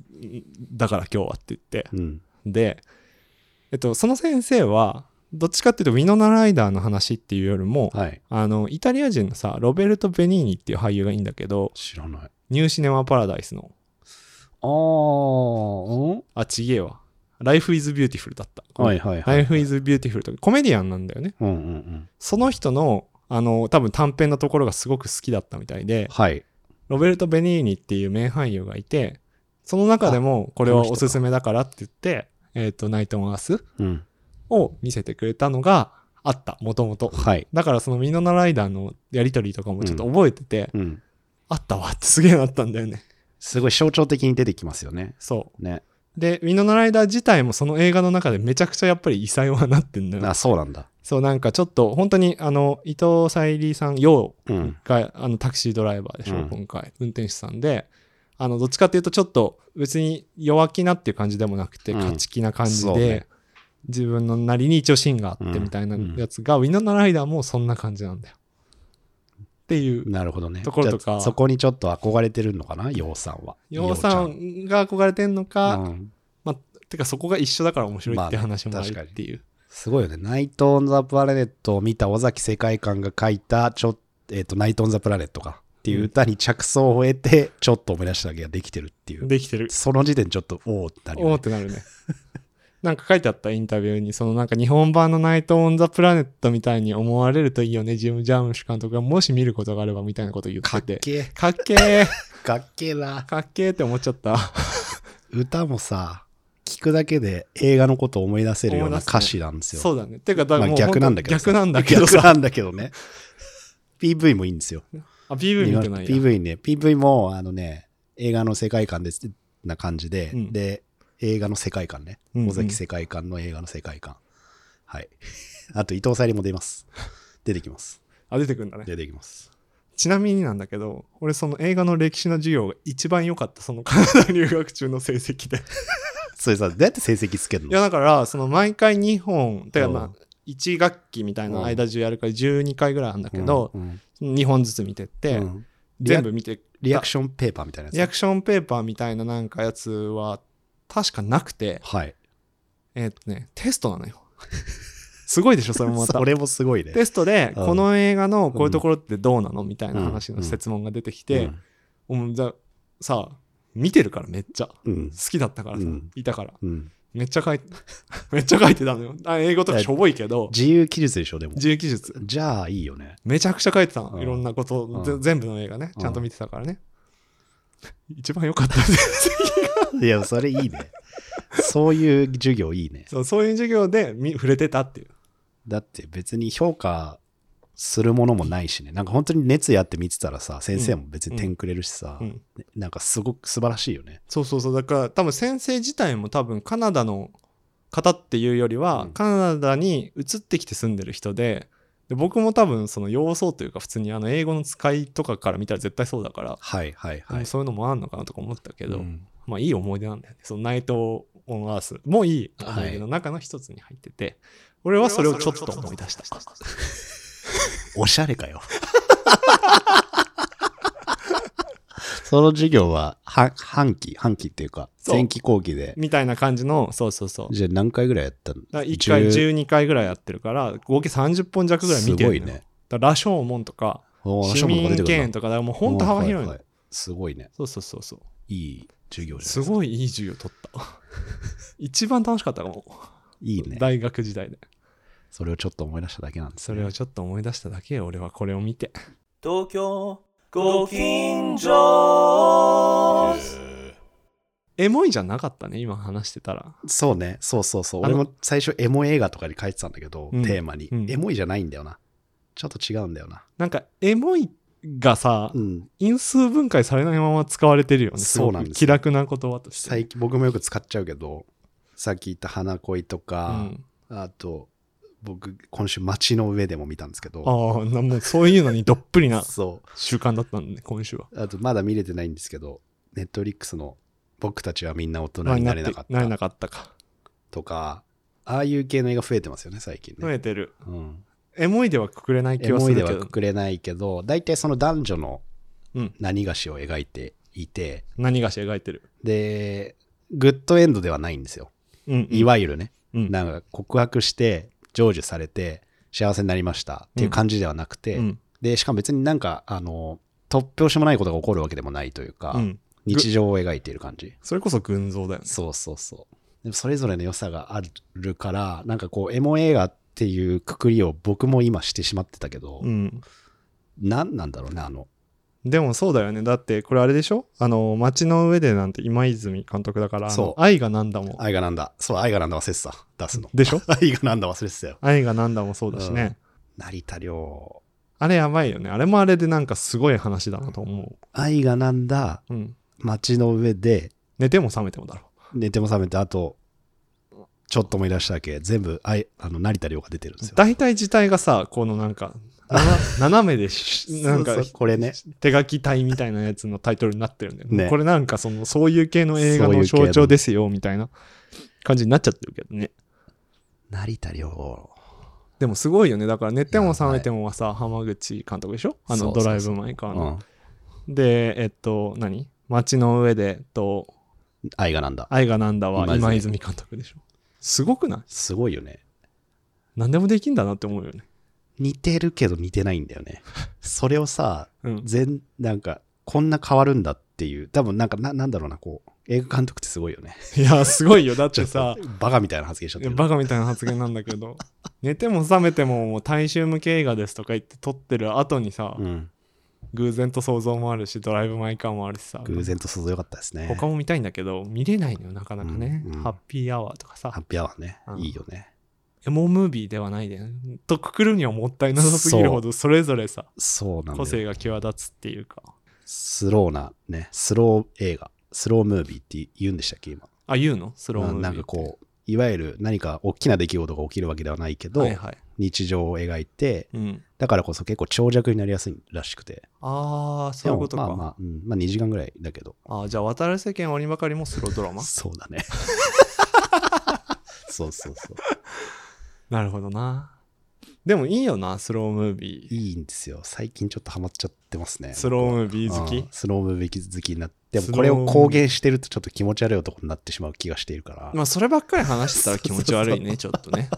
Speaker 2: だから今日はって言って、
Speaker 1: うん。
Speaker 2: で、えっと、その先生は、どっちかっていうと、ウィノナ・ライダーの話っていうよりも、
Speaker 1: はい。
Speaker 2: あの、イタリア人のさ、ロベルト・ベニーニっていう俳優がいいんだけど、
Speaker 1: 知らない。あ
Speaker 2: ニューシネマ・パラダイスの
Speaker 1: ー、ん
Speaker 2: あ、ちげえわ。Life is Beautiful だった。
Speaker 1: はいはいはい。
Speaker 2: Life is Beautiful とかコメディアンなんだよね。
Speaker 1: うんうんうん。
Speaker 2: その人の、あの、多分短編のところがすごく好きだったみたいで、
Speaker 1: はい。
Speaker 2: ロベルト・ベニーニっていう名俳優がいて、その中でもこれは
Speaker 1: この人
Speaker 2: おすすめだからって言って、えっ、と、ナイト・オン・アース
Speaker 1: うん。
Speaker 2: を見せてくれたのがあった、もともと。
Speaker 1: はい。
Speaker 2: だからそのミノナライダーのやりとりとかもちょっと覚えてて、
Speaker 1: うん。
Speaker 2: あったわってすげえなったんだよね。
Speaker 1: すごい象徴的に出てきますよね。
Speaker 2: そ
Speaker 1: ね。
Speaker 2: う。で、ミノナライダー自体もその映画の中でめちゃくちゃやっぱり異彩はなってんだよ。
Speaker 1: あ、そうなんだ。
Speaker 2: そうなんかちょっと本当にあの伊藤沙莉さんよ
Speaker 1: うん。
Speaker 2: うがあのタクシードライバーでしょ、
Speaker 1: うん
Speaker 2: 今回運転手さんであのどっちかっていうとちょっと別に弱気なっていう感じでもなくて
Speaker 1: うん
Speaker 2: 勝ち気な感じで、
Speaker 1: そうね
Speaker 2: 自分のなりに一応芯があってみたいなやつが、ウィノナライダーもそんな感じなんだよっていう
Speaker 1: なるほどね。
Speaker 2: ところとか
Speaker 1: じゃあそこにちょっと憧れてるのかな、洋さんは。
Speaker 2: 洋さ
Speaker 1: 洋ち
Speaker 2: んが憧れてんの
Speaker 1: ゃ
Speaker 2: か、
Speaker 1: ん。うん
Speaker 2: てかそこが一緒だから面白いっていう話もある
Speaker 1: まあね
Speaker 2: っていう、
Speaker 1: すごいよね。ナイト・オン・ザ・プラネットを見た尾崎世界観が書いた、ちょ、えっ、と、ナイト・オン・ザ・プラネットか。っていう歌に着想を得て、ちょっと思い出しただけができてるっていう。
Speaker 2: できてる
Speaker 1: その時点でちょっと、おおってなるよ
Speaker 2: おー
Speaker 1: ね
Speaker 2: ってなるね。 なんか書いてあったインタビューに、そのなんか日本版のナイト・オン・ザ・プラネットみたいに思われるといいよね、ジム・ジャームシュ監督がもし見ることがあればみたいなこと言
Speaker 1: か
Speaker 2: っ
Speaker 1: って
Speaker 2: て。
Speaker 1: けえ。
Speaker 2: かっけえ
Speaker 1: かっけえな。
Speaker 2: かっけえって思っちゃ った。
Speaker 1: 歌もさ、聞くだけで映画のことを思い出せるような歌詞なんですよ。
Speaker 2: そうだね。てか、だ
Speaker 1: ま
Speaker 2: からも
Speaker 1: あ
Speaker 2: う本当
Speaker 1: 逆なんだけどさ。
Speaker 2: 逆なんだけど
Speaker 1: 逆
Speaker 2: さ。
Speaker 1: なんだけどね。PV もいいんですよ。
Speaker 2: あ、PV 見てないや。
Speaker 1: PV ね。PV も、あのね、映画の世界観ですな感じで、
Speaker 2: うん
Speaker 1: で、映画の世界観ね。
Speaker 2: うんうん
Speaker 1: 尾崎世界観の映画の世界観。はい。 あと、伊藤沙莉も出ます。出てきます。
Speaker 2: あ、出てくるんだね。
Speaker 1: 出てきます。
Speaker 2: ちなみになんだけど、俺その映画の歴史の授業が一番良かった、そのカナダ留学中の成績で。
Speaker 1: それさ、どうやって成績つける
Speaker 2: いや、
Speaker 1: の
Speaker 2: だから、その毎回2本、てかま
Speaker 1: う
Speaker 2: あ、1学期みたいな間中やるから12回ぐらいあるんだけど、
Speaker 1: うん
Speaker 2: 2本ずつ見てって、
Speaker 1: うん
Speaker 2: 全部見て
Speaker 1: リアク
Speaker 2: シ
Speaker 1: ションペーパーみたいな
Speaker 2: リア
Speaker 1: やつ。
Speaker 2: クションペーパーみたいななんかやつは確かなくて
Speaker 1: はい。
Speaker 2: えーっとねテストなのよ すごいでしょそれもまた
Speaker 1: それもすごいね。
Speaker 2: テストで
Speaker 1: うん
Speaker 2: この映画のこういうところってどうなのみたいな話の説問が出てきて、もうじゃあさあ見てるからめっちゃ好
Speaker 1: うん、うん。
Speaker 2: きだったからさ、
Speaker 1: うん
Speaker 2: いたから
Speaker 1: うん。
Speaker 2: めっちゃ書いて めっちゃ書いてたのよあ英語とかしょぼいけど
Speaker 1: 自由記述でしょ、でも。
Speaker 2: 自由記述
Speaker 1: じゃあ、いいよね。
Speaker 2: めちゃくちゃ書いてたの、
Speaker 1: うん
Speaker 2: いろんなこと、
Speaker 1: うん
Speaker 2: ぜ全部の映画ね
Speaker 1: うん
Speaker 2: ちゃんと見てたからね、 一番良かったです
Speaker 1: いや、それいいね。そういう授業いいね。
Speaker 2: そうそういう授業でみ触れてたっていう。
Speaker 1: だって別に評価するものもないしね。なんか本当に熱やって見てたらさ、先生も別に点くれるしさ、
Speaker 2: うん
Speaker 1: なんかすごく素晴らしいよね。
Speaker 2: そうそうそうだから多分先生自体も多分カナダの方っていうよりは、
Speaker 1: うん
Speaker 2: カナダに移ってきて住んでる人でで僕も多分その要素というか普通にあの英語の使いとかから見たら絶対そうだから、
Speaker 1: はいはいはい。
Speaker 2: そういうのもあんのかなとか思ったけど、
Speaker 1: うん
Speaker 2: まあいい思い出なんだよねそのナイト・オン・アースもいい思い出の中の一つに入ってて、俺はそれをちょっと思い出した。
Speaker 1: おしゃれかよ。 その授業は半半期、半期っていうか、
Speaker 2: そう
Speaker 1: 前期後期で。
Speaker 2: みたいな感じのそうそうそう
Speaker 1: じゃあ何回ぐらいやったの
Speaker 2: だから1回
Speaker 1: 10
Speaker 2: 12回ぐらいやってるから合計30本弱ぐらい
Speaker 1: す
Speaker 2: 見てる
Speaker 1: ご
Speaker 2: の
Speaker 1: い
Speaker 2: よ
Speaker 1: ね。
Speaker 2: だから羅生門とか
Speaker 1: おー
Speaker 2: 市
Speaker 1: 庶民が出
Speaker 2: 民
Speaker 1: てくるな
Speaker 2: 権とかだからもうほんと幅広いの、
Speaker 1: はいはいすごいね。
Speaker 2: そうそうそうそう
Speaker 1: いい授業じゃないですすか。
Speaker 2: ごいいい授業取った 一番楽しかったかも
Speaker 1: いいね。
Speaker 2: 大学時代で
Speaker 1: それをちょっと思い出しただけなんです
Speaker 2: そ
Speaker 1: ね
Speaker 2: れをちょっと思い出しただけよ俺はこれを見て
Speaker 3: 東京ご近所
Speaker 2: エモいじゃなかったね、今話してたら。
Speaker 1: そうね、そうそうそう。
Speaker 2: あ
Speaker 1: 俺
Speaker 2: の
Speaker 1: も最初エモ映画とかに書いてたんだけど、
Speaker 2: うん
Speaker 1: テーマに、
Speaker 2: うん
Speaker 1: エモいじゃないんだよな。ちょっと違うんだよな。
Speaker 2: なんか、エモいがさ、
Speaker 1: うん。
Speaker 2: 因数分解されないまま使われてるよね。
Speaker 1: そうなんですよ
Speaker 2: ごく気楽な言葉として。
Speaker 1: 最近僕もよく使っちゃうけど、さっき言った花恋とか、
Speaker 2: うん
Speaker 1: あと、僕、今週街の上でも見たんですけど、
Speaker 2: ああ、なもうそういうのにどっぷりな
Speaker 1: そ
Speaker 2: 習慣だったんで、今週は。
Speaker 1: う。あと、まだ見れてないんですけど、ネットリックスの僕たちはみんな大人になれなかっ
Speaker 2: なれ
Speaker 1: た
Speaker 2: なかったか。
Speaker 1: とか、ああいう系の映画増えてますよね、最近
Speaker 2: 増
Speaker 1: ね。
Speaker 2: えてる。
Speaker 1: うん。
Speaker 2: エモいではくくれない
Speaker 1: エ
Speaker 2: 気はす
Speaker 1: モい
Speaker 2: るけ
Speaker 1: で
Speaker 2: ど。
Speaker 1: はくくれないけど、大体その男女の
Speaker 2: うん
Speaker 1: 何がしを描いていて、
Speaker 2: 何がし描いてる。
Speaker 1: で、グッドエンドではないんですよ。
Speaker 2: うん
Speaker 1: いわゆるね、
Speaker 2: うん
Speaker 1: なんか告白して、成就されて、幸せになりましたっていう感じではなくて、
Speaker 2: うん
Speaker 1: で、しかも別になんか、あの、突拍子もないことが起こるわけでもないというか、
Speaker 2: うん
Speaker 1: 日常を描いている感じ。
Speaker 2: それこそ群像だよね。
Speaker 1: そうそうそう。でもそれぞれの良さがあるから、なんかこう、エモ映画っていうくくりを僕も今してしまってたけど、
Speaker 2: うん。
Speaker 1: 何なんだろうね、あの、
Speaker 2: でもそうだよね。だって、これあれでしょあの、街の上でなんて今泉監督だから、あの
Speaker 1: そう
Speaker 2: 愛がなんだも。。
Speaker 1: 愛がなんだ。そう、愛がなんだ忘れてた。出すの
Speaker 2: でしょ
Speaker 1: 愛がなんだ忘れてたよ。
Speaker 2: 愛がなんだもそうだしね。
Speaker 1: うん成田凌。
Speaker 2: あれやばいよね。あれもあれでなんかすごい話だなと思
Speaker 1: 愛がなんだ、
Speaker 2: う。うん。
Speaker 1: 街の上で、
Speaker 2: 寝ても覚めてもだろ。
Speaker 1: 寝ても覚めて、あと、ちょっと思い出しただけ、全部愛あの成田凌が出てるんですよ。
Speaker 2: 大体自体がさ、このなんか、なな 斜めでしなんか
Speaker 1: そうそうこれね。
Speaker 2: 手書き体みたいなやつのタイトルになってるんだよね。
Speaker 1: ね
Speaker 2: これなんかその、そういう系の映画
Speaker 1: そうい
Speaker 2: の
Speaker 1: う系の
Speaker 2: 象徴ですよ、みたいな感じになっちゃってるけどね。
Speaker 1: 成田凌。
Speaker 2: でもすごいよね。だから、寝ても覚めてもはさ、浜口監督でしょあ
Speaker 1: そうそう
Speaker 2: の、ド
Speaker 1: そう
Speaker 2: ライブ・マイ・カー
Speaker 1: う
Speaker 2: の。
Speaker 1: ん。
Speaker 2: で、えっと、何街の上で、と、
Speaker 1: 愛がなんだ。
Speaker 2: 愛がなんだは
Speaker 1: 今
Speaker 2: 今
Speaker 1: 泉
Speaker 2: 泉監督でしょ。すごくない
Speaker 1: すごいよね。
Speaker 2: 何でもできんだなって思うよね。
Speaker 1: 似てるけど似てないんだよ ね。それをさ、
Speaker 2: うん。
Speaker 1: 全、なんか、こんな変わるんだっていう、多分なんか、ななんだろうな、こう、映画監督ってすごいよね。
Speaker 2: いや、すごいよ。だって さ、
Speaker 1: バカみたいな発言しちゃってる。
Speaker 2: バカみたいな発言なんだけ ど、寝ても覚めてももう大衆向け映画ですとか言って撮ってる後にさ、
Speaker 1: うん。
Speaker 2: 偶然と想像もあるし、ドライブ・マイ・カーもあるしさ、
Speaker 1: 偶然と想像よかったですね。
Speaker 2: 他も見たいんだけど、見れないのよ、なかなかね。
Speaker 1: うんうん
Speaker 2: ハッピーアワーとか
Speaker 1: ハ
Speaker 2: さ
Speaker 1: ッ、ピーアワーね
Speaker 2: う。ん
Speaker 1: いいよね。
Speaker 2: エモムービーではないで、とくくるにはもったいなさすぎるほど、それぞれさ、
Speaker 1: そうなんだ
Speaker 2: 個
Speaker 1: よ。
Speaker 2: 性が際立つっていうか。
Speaker 1: スローな、ね、スロー映画、スロームービーって言うんでしたっけ、今。
Speaker 2: あ、言うのスロームービー。
Speaker 1: ななんかこう、いわゆる何か大きな出来事が起きるわけではないけど、
Speaker 2: はいはい。
Speaker 1: 日常を描いて、
Speaker 2: うん。
Speaker 1: だからこそ結構長尺になりやすいらしくて。
Speaker 2: ああ、そういうことか。
Speaker 1: でもまあまあ、うん、まあ2時間ぐらいだけど。
Speaker 2: あーじゃあ、渡る世間鬼ばかりもスロードラ マ
Speaker 1: そう だね。そうそうそう。
Speaker 2: なるほどな。でもいいよな、スロームービー。
Speaker 1: いいんですよ。最近ちょっとハマっちゃってますね。
Speaker 2: スロームービー好
Speaker 1: う
Speaker 2: き
Speaker 1: んスロームービー好きになって、で
Speaker 2: ス
Speaker 1: も
Speaker 2: ロー
Speaker 1: これを公言してるとちょっと気持ち悪い男になってしまう気がしているから。
Speaker 2: まあ、そればっかり話してたら気持ち悪いね、ちょっとね。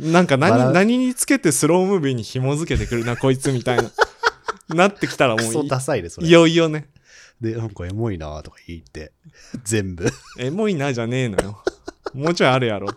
Speaker 2: なんか
Speaker 1: バラ
Speaker 2: 何何につけてスロームービーに紐づけてくるな、こいつみた いな。なってきたら
Speaker 1: ク
Speaker 2: も
Speaker 1: ソ
Speaker 2: うい
Speaker 1: ダサいで、それ。
Speaker 2: いよいよね。
Speaker 1: で、なんかエモいなとか言って、全部。
Speaker 2: エモいなじゃねえのよ。もうちょいあるやろ。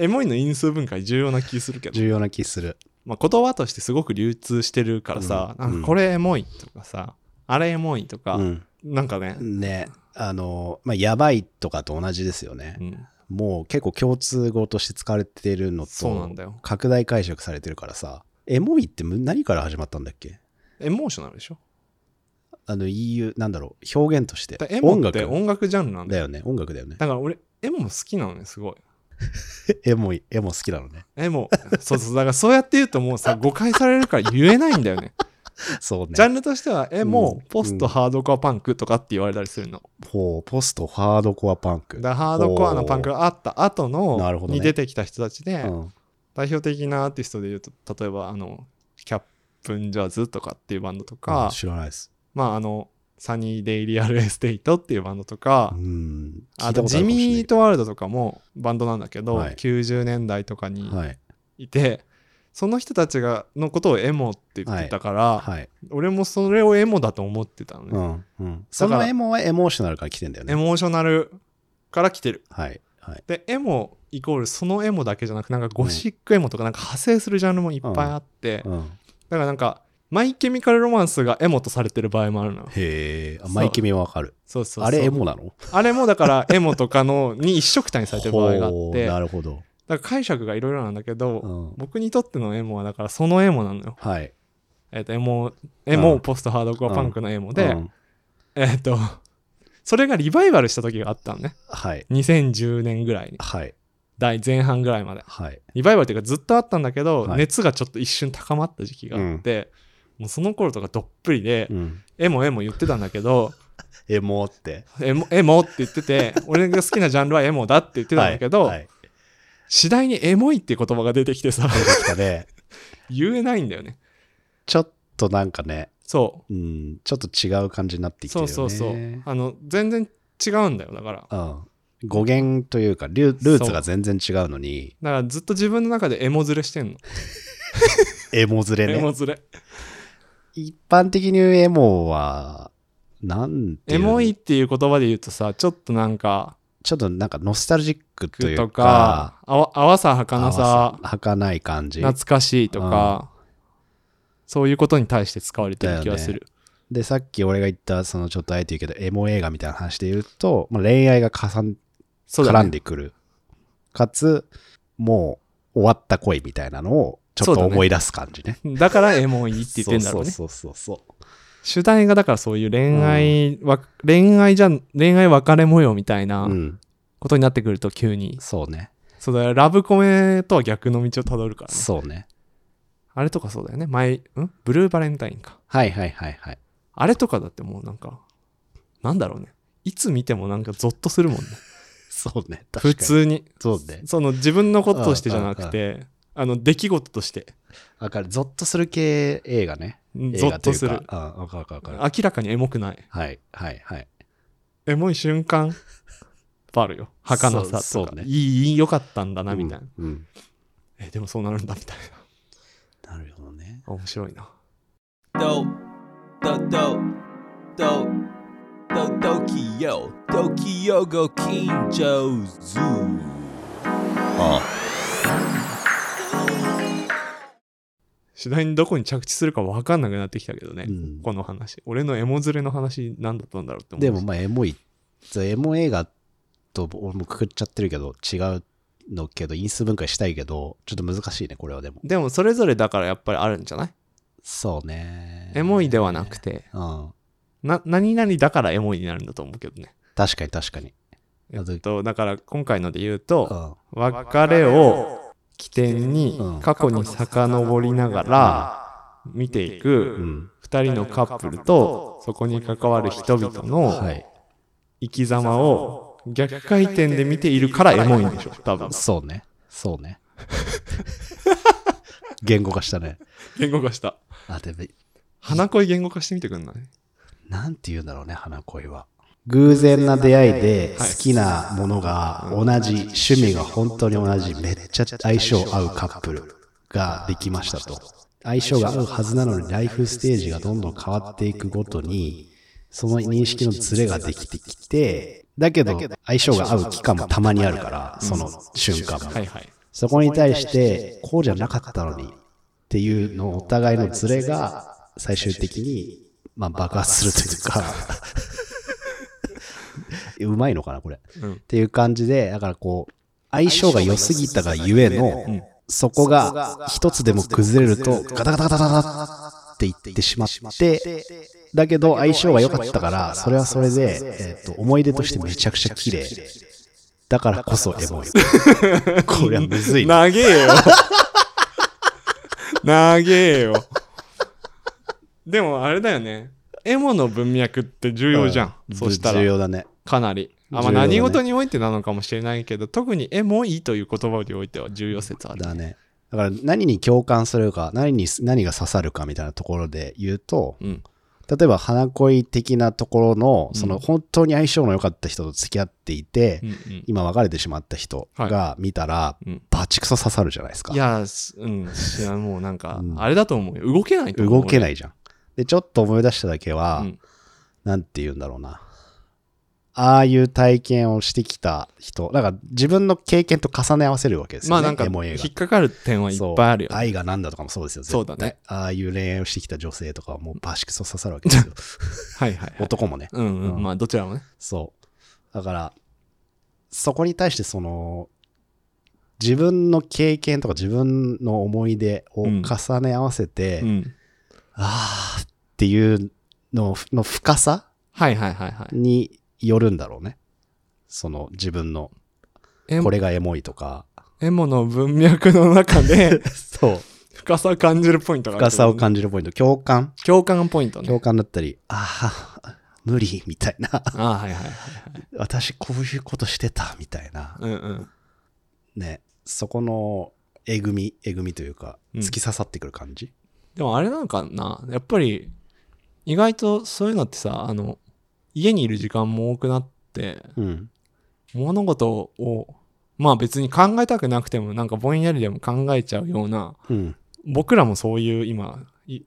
Speaker 2: エモいの因数分解重要な気するけど、
Speaker 1: 重要な気する。
Speaker 2: まあ、言葉としてすごく流通してるからさ、
Speaker 1: うん
Speaker 2: なんかこれエモいとかさ、あれエモいとか、
Speaker 1: うん。
Speaker 2: なんかね、
Speaker 1: ね。あの、まあ、やばいとかと同じですよね
Speaker 2: う。ん、
Speaker 1: もう結構共通語として使われてるの
Speaker 2: そうな
Speaker 1: と
Speaker 2: ん、だよ。
Speaker 1: 拡大解釈されてるからさ、エモいってむ何から始まったんだっけ
Speaker 2: エモーショナルでしょ
Speaker 1: あの EU、なんだろう、表現として
Speaker 2: だからエ。
Speaker 1: 音
Speaker 2: モっ
Speaker 1: 楽
Speaker 2: て音楽ジャンルなんだ
Speaker 1: だ
Speaker 2: よ。
Speaker 1: よね、音楽だよね。
Speaker 2: だから俺、エモも好きなのね、すごい。
Speaker 1: エモい、エモ好きなのね。
Speaker 2: エモ、そうそう、だからそうやって言うとも うさ、誤解されるから言えないんだよね。
Speaker 1: そうね。
Speaker 2: ジャンルとしては、エモ
Speaker 1: うん、
Speaker 2: ポスト、ハードコアパンクとかって言われたりするの。
Speaker 1: ほうポスト、ハードコアパンク。
Speaker 2: だからハードコアのパンクがあった後
Speaker 1: なるほ
Speaker 2: の、
Speaker 1: どね
Speaker 2: に出てきた人たちで
Speaker 1: う、ん。
Speaker 2: 代表的なアーティストで言うと、例えば、あの、キャップンジャズとかっていうバンドとか、
Speaker 1: 知らないです。
Speaker 2: まあ、あの、サニーデイリアルエステイトっていうバンドとか
Speaker 1: う、ん。
Speaker 2: あとジミーイートワールドとかもバンドなんだけど、
Speaker 1: はい
Speaker 2: 90年代とかに
Speaker 1: と。はい。
Speaker 2: いて、その人たちがのことをエモって言ってたから、
Speaker 1: はい。
Speaker 2: 俺もそれをエモだと思ってたのね、
Speaker 1: うん。うん。そのエモはエモーショナルから来てんだよね。
Speaker 2: エモーショナルから来てる
Speaker 1: はい。はい。
Speaker 2: でエモイコールそのエモだけじゃなくなんかゴシックエモとかなんか派生するジャンルもいっぱいあって、
Speaker 1: うん。
Speaker 2: だからなんかマイケミカルロマンスがエモとされてる場合もあるのよ
Speaker 1: へえ
Speaker 2: そう
Speaker 1: マイケミはわかる
Speaker 2: そうそうそう
Speaker 1: あれエモなの
Speaker 2: あれもだからエモとかのに一緒くたにされてる場合があ
Speaker 1: ほ
Speaker 2: っ
Speaker 1: う
Speaker 2: てだ
Speaker 1: な
Speaker 2: か
Speaker 1: るほど、
Speaker 2: ら解釈がいろいろなんだけど、
Speaker 1: うん、
Speaker 2: 僕にとってのエモはだからそのエモなのよ、
Speaker 1: はい
Speaker 2: えっとエモエモ、
Speaker 1: うん
Speaker 2: ポストハードコアパンクのエモで、
Speaker 1: うん
Speaker 2: えっ、とそれがリバイバルした時があったのね
Speaker 1: はい
Speaker 2: 2010年ぐらいに
Speaker 1: はい
Speaker 2: 大前半ぐらいまで
Speaker 1: はい
Speaker 2: リバイバルっていうかずっとあったんだけど、
Speaker 1: はい
Speaker 2: 熱がちょっと一瞬高まった時期があって、もうその頃とかどっぷりで、
Speaker 1: うん
Speaker 2: エモエモ言ってたんだけど
Speaker 1: エモって
Speaker 2: エモエモって言ってて俺が好きなジャンルはエモだって言ってたんだけど、
Speaker 1: はいはい、
Speaker 2: 次第にエモいって言葉が出てきてさ
Speaker 1: 出てきたね
Speaker 2: 言えないんだよね
Speaker 1: ちょっとなんかね、
Speaker 2: そ
Speaker 1: うん、ちょっと違う感じになって
Speaker 2: う
Speaker 1: きてる
Speaker 2: そ
Speaker 1: よ
Speaker 2: う
Speaker 1: ね
Speaker 2: そうそうあの全然違うんだよだからだか
Speaker 1: うん、語源というかルルーツが全然違うのに
Speaker 2: らずっと自分の中でエモずれしてんの、
Speaker 1: エモズレ
Speaker 2: エモ
Speaker 1: ね
Speaker 2: ずれ
Speaker 1: 一般的に言うエモはなんてい
Speaker 2: エ
Speaker 1: うの
Speaker 2: モいっていう言葉で言うとさちょっとなんか
Speaker 1: ちょっとなんかノスタルジックと
Speaker 2: グ
Speaker 1: いう
Speaker 2: と
Speaker 1: か
Speaker 2: かあわあわさはかなさ
Speaker 1: はかない感じ
Speaker 2: 懐かしいとか、そういうことに対して使われてる気がする、
Speaker 1: でさっき俺が言ったそのちょっとあえて言うけどエモ映画みたいな話で言うと、まあ、恋愛がかさん
Speaker 2: そうだね
Speaker 1: 絡んでくるかつもう終わった恋みたいなのをちょ
Speaker 2: そう
Speaker 1: っ
Speaker 2: だ
Speaker 1: と
Speaker 2: ね
Speaker 1: 思い出す感じね
Speaker 2: だからエモいって言ってんだろうね
Speaker 1: そうそうそうそう
Speaker 2: 主題がだからそういう恋愛、わ恋愛じゃん恋愛別れ模様みたいな
Speaker 1: そううん
Speaker 2: ことになってくると急に、
Speaker 1: そうね
Speaker 2: そうだよラブコメとは逆の道をたどるからね
Speaker 1: そうね
Speaker 2: あれとかそうだよね前んブルーバレンタインか
Speaker 1: はいはいはいはい
Speaker 2: あれとかだってもうなんかなんだろうねいつ見てもなんかゾッとするもんね
Speaker 1: そうね。確かに
Speaker 2: 普通に
Speaker 1: そうね。
Speaker 2: その自分のこととしてじゃなくてあの出来事として
Speaker 1: わかる。ゾッとする系映画ね。
Speaker 2: うん
Speaker 1: 映
Speaker 2: ゾ
Speaker 1: 画
Speaker 2: ッとす
Speaker 1: い
Speaker 2: る
Speaker 1: うかあわかるわかるわかる。
Speaker 2: 明らかにエモくない
Speaker 1: はいはいはい。
Speaker 2: エモい瞬間いっぱいあるよ儚さ
Speaker 1: そ
Speaker 2: と
Speaker 1: うそ
Speaker 2: か、
Speaker 1: うね
Speaker 2: いいいい良かったんだなみたいな、
Speaker 1: うん。うん
Speaker 2: えでもそうな るんだみたい
Speaker 1: なるほどね。
Speaker 2: な面白いな
Speaker 3: Do, do, do, do, do, Tokyo, Tokyo go Kinjo Zoo. Uh.
Speaker 2: 次第にどこに着地するか分かんなくなってきたけどね、
Speaker 1: うん
Speaker 2: この話俺のエモズレの話何だったんだろうって思う
Speaker 1: でもまあエモい。そうエモ映画と俺もくくっちゃってるけど違うのけど因数分解したいけどちょっと難しいねこれはでも。
Speaker 2: でもそれぞれだからやっぱりあるんじゃない
Speaker 1: そうね。
Speaker 2: エモいではなく。て
Speaker 1: うん。
Speaker 2: な何々だからエモいになるんだと思うけどね
Speaker 1: 確かに確かに。
Speaker 2: えっとだから今回ので言うと
Speaker 1: うん。
Speaker 2: 別れを起点に
Speaker 1: うん
Speaker 2: 過去に遡りながら見ていく
Speaker 1: うん。
Speaker 2: 2人のカップルとそこに関わる人々
Speaker 1: は
Speaker 2: の
Speaker 1: い。
Speaker 2: 生き様を逆回転で見ているからエモいんでしょ多分
Speaker 1: そうね。そう ね。言語化したね。
Speaker 2: 言語化した
Speaker 1: あ、でも
Speaker 2: 花恋言語化してみてくんない
Speaker 1: なんて言うんだろうね、花恋は。偶然な出会いで
Speaker 2: はい
Speaker 1: 好きなものが同じ、趣味が本当に同じ、めっちゃ相性合うカップルができましたと。相性が合うはずなのにライフステージがどんどん変わっていくごとに、その認識のズレができてきて、だけど相性が合う期間もたまにあるから、その瞬間も
Speaker 2: は。いはい
Speaker 1: そこに対して、こうじゃなかったのにっていうのをお互いのズレが最終的に、まあ、爆発するという か、うまいのかな、これ。っ
Speaker 2: うん
Speaker 1: ていう感じで、だからこう、相性が良すぎたがゆえの、
Speaker 2: ん
Speaker 1: そこが一つでも崩れると、ガタガタガタガタガタっていってしまって、だけど相性が良かったから、それはそれで、えっと、思い出としてめちゃくちゃ綺麗。だからこそエモ い。これはむずいな。
Speaker 2: 長え よ長えよでもあれだよねエモの文脈って重要じゃん、そした
Speaker 1: 重
Speaker 2: ら
Speaker 1: 要だね。
Speaker 2: かなりあ、まあ、
Speaker 1: 重要だね
Speaker 2: 何事においてなのかもしれないけど特にエモいという言葉においては重要説ある
Speaker 1: だね。だから何に共感するか、何に、何が刺さるかみたいなところで言うと、
Speaker 2: うん
Speaker 1: 例えば花恋的なところの、そ
Speaker 2: うん
Speaker 1: の本当に相性の良かった人と付き合っていて、
Speaker 2: うんうん
Speaker 1: 今別れてしまった人が見たら、
Speaker 2: うん
Speaker 1: バチクソ刺さるじゃないですか。
Speaker 2: いや、すうん、しやもうなんか
Speaker 1: う、ん
Speaker 2: あれだと思うよ。動けないと思う。
Speaker 1: 動け
Speaker 2: い。
Speaker 1: ないじゃん。で、ちょっと思い出しただけは、
Speaker 2: うん
Speaker 1: なんて言うんだろうな。ああいう体験をしてきた人、だから自分の経験と重ね合わせるわけですよね。
Speaker 2: まあなんか
Speaker 1: エモ映画って
Speaker 2: 引っかかる点はいっぱいあるよ
Speaker 1: そう
Speaker 2: ね
Speaker 1: 愛がなんだとかもそうですよ。
Speaker 2: そうだね
Speaker 1: 絶対。ああいう恋愛をしてきた女性とかはもうバシクソ刺さるわけです よ。
Speaker 2: はいはいはい
Speaker 1: 男もね。
Speaker 2: うんうん、
Speaker 1: うん
Speaker 2: まあどちらもね
Speaker 1: そう。だから、そこに対してその、自分の経験とか自分の思い出を
Speaker 2: うん
Speaker 1: 重ね合わせて、
Speaker 2: うん
Speaker 1: ああっていうのの深さ
Speaker 2: はいはいはいはい
Speaker 1: によるんだろうね。その自分の
Speaker 2: エモ
Speaker 1: これがエモいと か、
Speaker 2: エモの文脈の中で
Speaker 1: そう、
Speaker 2: 深さを感じるポイントがある
Speaker 1: 深さを感じるポイント、共感、
Speaker 2: じ共感ポイントね
Speaker 1: 共感だったり、ああ、無理みたいな、
Speaker 2: ああはいはいはい
Speaker 1: 私こういうことしてたみたいな、
Speaker 2: うんうん
Speaker 1: ね、そこのえぐみ、えぐみというか、
Speaker 2: うん
Speaker 1: 突き刺さってくる感じ。
Speaker 2: でもあれなのかなやっぱり意外とそういうのってさあの家にいる時間も多くなって
Speaker 1: うん。
Speaker 2: 物事をまあ別に考えたくなくてもなんかぼんやりでも考えちゃうような
Speaker 1: うん。
Speaker 2: 僕らもそういう今い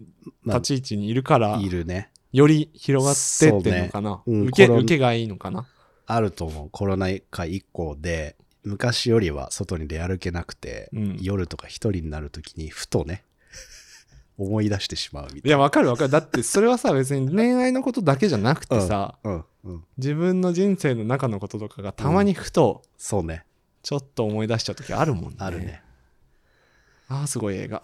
Speaker 1: まあ
Speaker 2: 立ち位置にいるから、
Speaker 1: いるね。
Speaker 2: より広がってってるのかな、
Speaker 1: そうねうん
Speaker 2: 受け
Speaker 1: これ
Speaker 2: 受けがいいのかな
Speaker 1: あると思う。コロナ禍以降で、昔よりは外に出歩けなくて、
Speaker 2: うん
Speaker 1: 夜とか一人になるときに、ふとね、 思い出してしまうみた
Speaker 2: い
Speaker 1: いな。
Speaker 2: やわかるわかるだってそれはさ別に 恋愛のことだけじゃなくてさ、
Speaker 1: うん、うん。
Speaker 2: 自分の人生の中のこととかがたまにふと
Speaker 1: そうね。
Speaker 2: ちょっと思い出した時あるもんね、
Speaker 1: あるね。
Speaker 2: ああすごい映画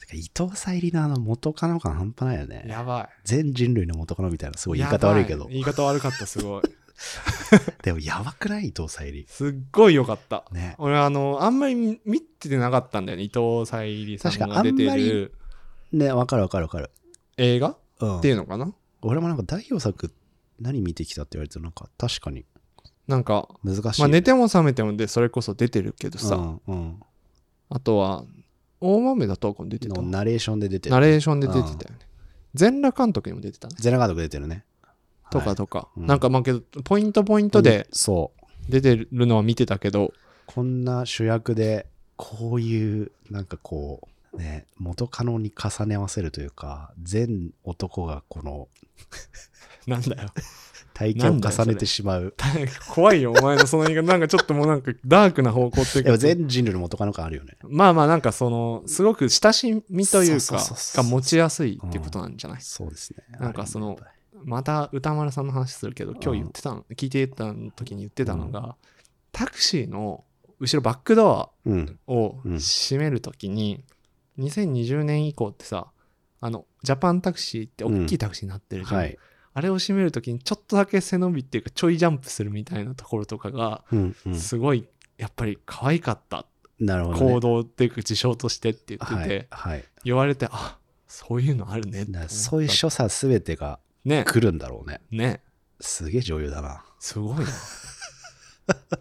Speaker 1: てか伊藤沙莉のあの元カノ感半端ないよね。
Speaker 2: やば
Speaker 1: 全人類の元カノみたいな、す
Speaker 2: い
Speaker 1: ごい言い方悪いけど。
Speaker 2: 言い方悪かったすごい
Speaker 1: でもやばくない伊藤沙莉。
Speaker 2: すっごい良かった
Speaker 1: ね。
Speaker 2: 俺あのあんまり見見ててなかったんだよね伊藤沙莉さん
Speaker 1: 確か
Speaker 2: が出て
Speaker 1: あんまり
Speaker 2: る
Speaker 1: ね、わかるわかるわかる。
Speaker 2: 映画っ
Speaker 1: うん
Speaker 2: てい。うのかな
Speaker 1: 俺もなんか代表作何見てきたって言われてなんか確かに
Speaker 2: なんか、
Speaker 1: 難しい
Speaker 2: ま
Speaker 1: よ
Speaker 2: あ、
Speaker 1: ね、
Speaker 2: 寝ても覚めてもでそれこそ出てるけどさ、
Speaker 1: うんうん
Speaker 2: あとは大豆だとこに出てた
Speaker 1: のナレーションで出て
Speaker 2: ナ
Speaker 1: る
Speaker 2: レーションで出てたよね全裸監督にも出てたね
Speaker 1: ゼラ監督出てるね
Speaker 2: とか
Speaker 1: はい
Speaker 2: とか、
Speaker 1: うん
Speaker 2: なんかまあけどポイントポイントで
Speaker 1: そう
Speaker 2: 出てるのは見てたけど、
Speaker 1: こんな主役でこういうなんかこうね元カノに重ね合わせるというか全男がこの
Speaker 2: なんだよ
Speaker 1: 体験を
Speaker 2: なんだよ
Speaker 1: 重
Speaker 2: そ
Speaker 1: ね
Speaker 2: れ
Speaker 1: てしまう
Speaker 2: 怖いよお前のその映画なんかちょっともうなんかダークな方向っていう
Speaker 1: でも
Speaker 2: か
Speaker 1: 全人類の元カノ感あるよね
Speaker 2: まあまあなんかそのすごく親しみという
Speaker 1: そう
Speaker 2: か
Speaker 1: そうそうそう
Speaker 2: が持ちやすいってことなんじゃない、
Speaker 1: そうですね
Speaker 2: なんかその
Speaker 1: あるよね
Speaker 2: また歌丸さんの話するけど今日言ってたの、聞いてた時に言ってたのが、タクシーの後ろバックドア
Speaker 1: やっぱりうん
Speaker 2: を
Speaker 1: うん
Speaker 2: 閉めるときに、2020年以降ってさあのジャパンタクシーって大きいタクシーになってるじゃん、
Speaker 1: はい
Speaker 2: あれを閉めるときにちょっとだけ背伸びっていうかちょいジャンプするみたいなところとかが
Speaker 1: うんうん
Speaker 2: すごいやっぱり可愛かった、
Speaker 1: なるほどね
Speaker 2: 行動っていうか事象としてって言って
Speaker 1: は
Speaker 2: て、
Speaker 1: いはい
Speaker 2: 言われてあそういうのあるねって
Speaker 1: だか
Speaker 2: 思った
Speaker 1: らそういう所作すべてが
Speaker 2: ね
Speaker 1: 来るんだろうね
Speaker 2: ね
Speaker 1: すげえ女優だな
Speaker 2: すごいな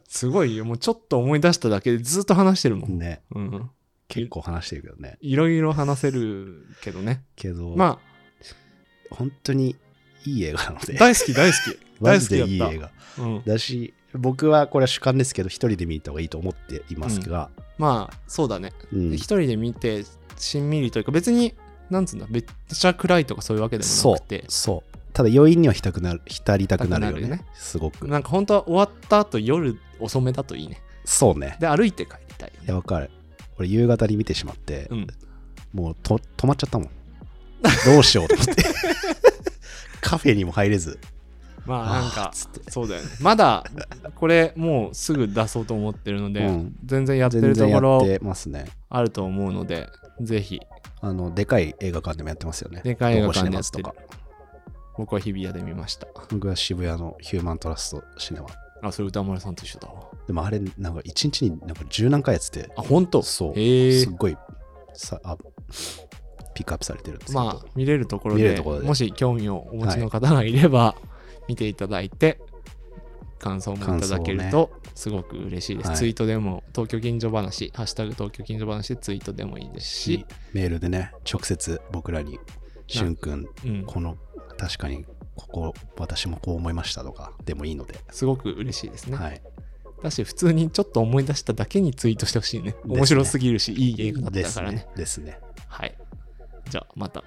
Speaker 2: すごいよもうちょっと思い出しただけでずっと話してるもん、
Speaker 1: ね
Speaker 2: うん、
Speaker 1: 結構話してるけどね
Speaker 2: いろいろ話せるけどね
Speaker 1: けど、
Speaker 2: まあ
Speaker 1: 本当にいい映画なので
Speaker 2: 大好き大好き
Speaker 1: マ
Speaker 2: 大好
Speaker 1: ジ
Speaker 2: き
Speaker 1: で
Speaker 2: だ
Speaker 1: いい
Speaker 2: った
Speaker 1: 映画
Speaker 2: うん、
Speaker 1: だし僕はこれは主観ですけど一人で見に行った方がいいと思っていますが、
Speaker 2: まあそうだね
Speaker 1: うん
Speaker 2: 一人で見てしんみりというか別になんつうんだめっちゃ暗いとかそういうわけでも
Speaker 1: そ
Speaker 2: なくて
Speaker 1: うそうただ余韻には浸くなる浸りたくなるよね
Speaker 2: 浸りたくなるよ
Speaker 1: すごく
Speaker 2: なんか本当は終わった後夜遅めだといいね
Speaker 1: そうね
Speaker 2: で歩いて帰りたいよ
Speaker 1: いや
Speaker 2: ね
Speaker 1: わかる俺夕方に見てしまって、
Speaker 2: うん
Speaker 1: もうと止まっちゃったもんどうしようと思って カフェにも入れず
Speaker 2: まあなん
Speaker 1: あー
Speaker 2: か
Speaker 1: っつって
Speaker 2: そうだよねまだこれもうすぐ出そうと思ってるので、
Speaker 1: うん
Speaker 2: 全然やって
Speaker 1: 全
Speaker 2: ると
Speaker 1: 然
Speaker 2: こ
Speaker 1: やっ
Speaker 2: ろ
Speaker 1: てますね
Speaker 2: あると思うのでぜひ
Speaker 1: あのでかい映画館でもやってますよね
Speaker 2: でかい映画館でやっ
Speaker 1: 東
Speaker 2: てる
Speaker 1: 宝シネマズとか
Speaker 2: 僕は日比谷で見ました
Speaker 1: 僕は渋谷のヒューマントラストシネマ
Speaker 2: あそれ歌丸さんと一緒だわ
Speaker 1: でもあれなんか一日になんか十何回やってて
Speaker 2: あ本当
Speaker 1: そう
Speaker 2: へえ
Speaker 1: すっごいさあピックアップされてるんですけど、
Speaker 2: まあ見れるところ
Speaker 1: 見れ
Speaker 2: で
Speaker 1: るところで
Speaker 2: もし興味をお持ちの方がいれば、見ていただいて感想もいただけるとすごく嬉しいです、
Speaker 1: はい
Speaker 2: ツイートでも東京近所話「ハッシュタグ東京近所話」でツイートでもいいですし、
Speaker 1: メールでね直接僕らに「しゅんくん
Speaker 2: うん、
Speaker 1: この確かにここ私もこう思いました」とかでもいいので、
Speaker 2: すごく嬉しいですね、
Speaker 1: はい
Speaker 2: だし普通にちょっと思い出しただけにツイートしてほしいね
Speaker 1: ね
Speaker 2: 面白すぎるしいい映画だっ
Speaker 1: で
Speaker 2: た
Speaker 1: す
Speaker 2: からね
Speaker 1: ねですね
Speaker 2: はいじゃあまた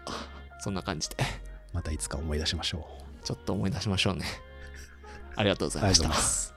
Speaker 2: そんな感じで
Speaker 1: またいつか思い出しましょう
Speaker 2: ちょっと思い出しましょうねありがとうござい
Speaker 1: あり
Speaker 2: ま
Speaker 1: が
Speaker 2: し
Speaker 1: とうござい
Speaker 2: た
Speaker 1: ま。す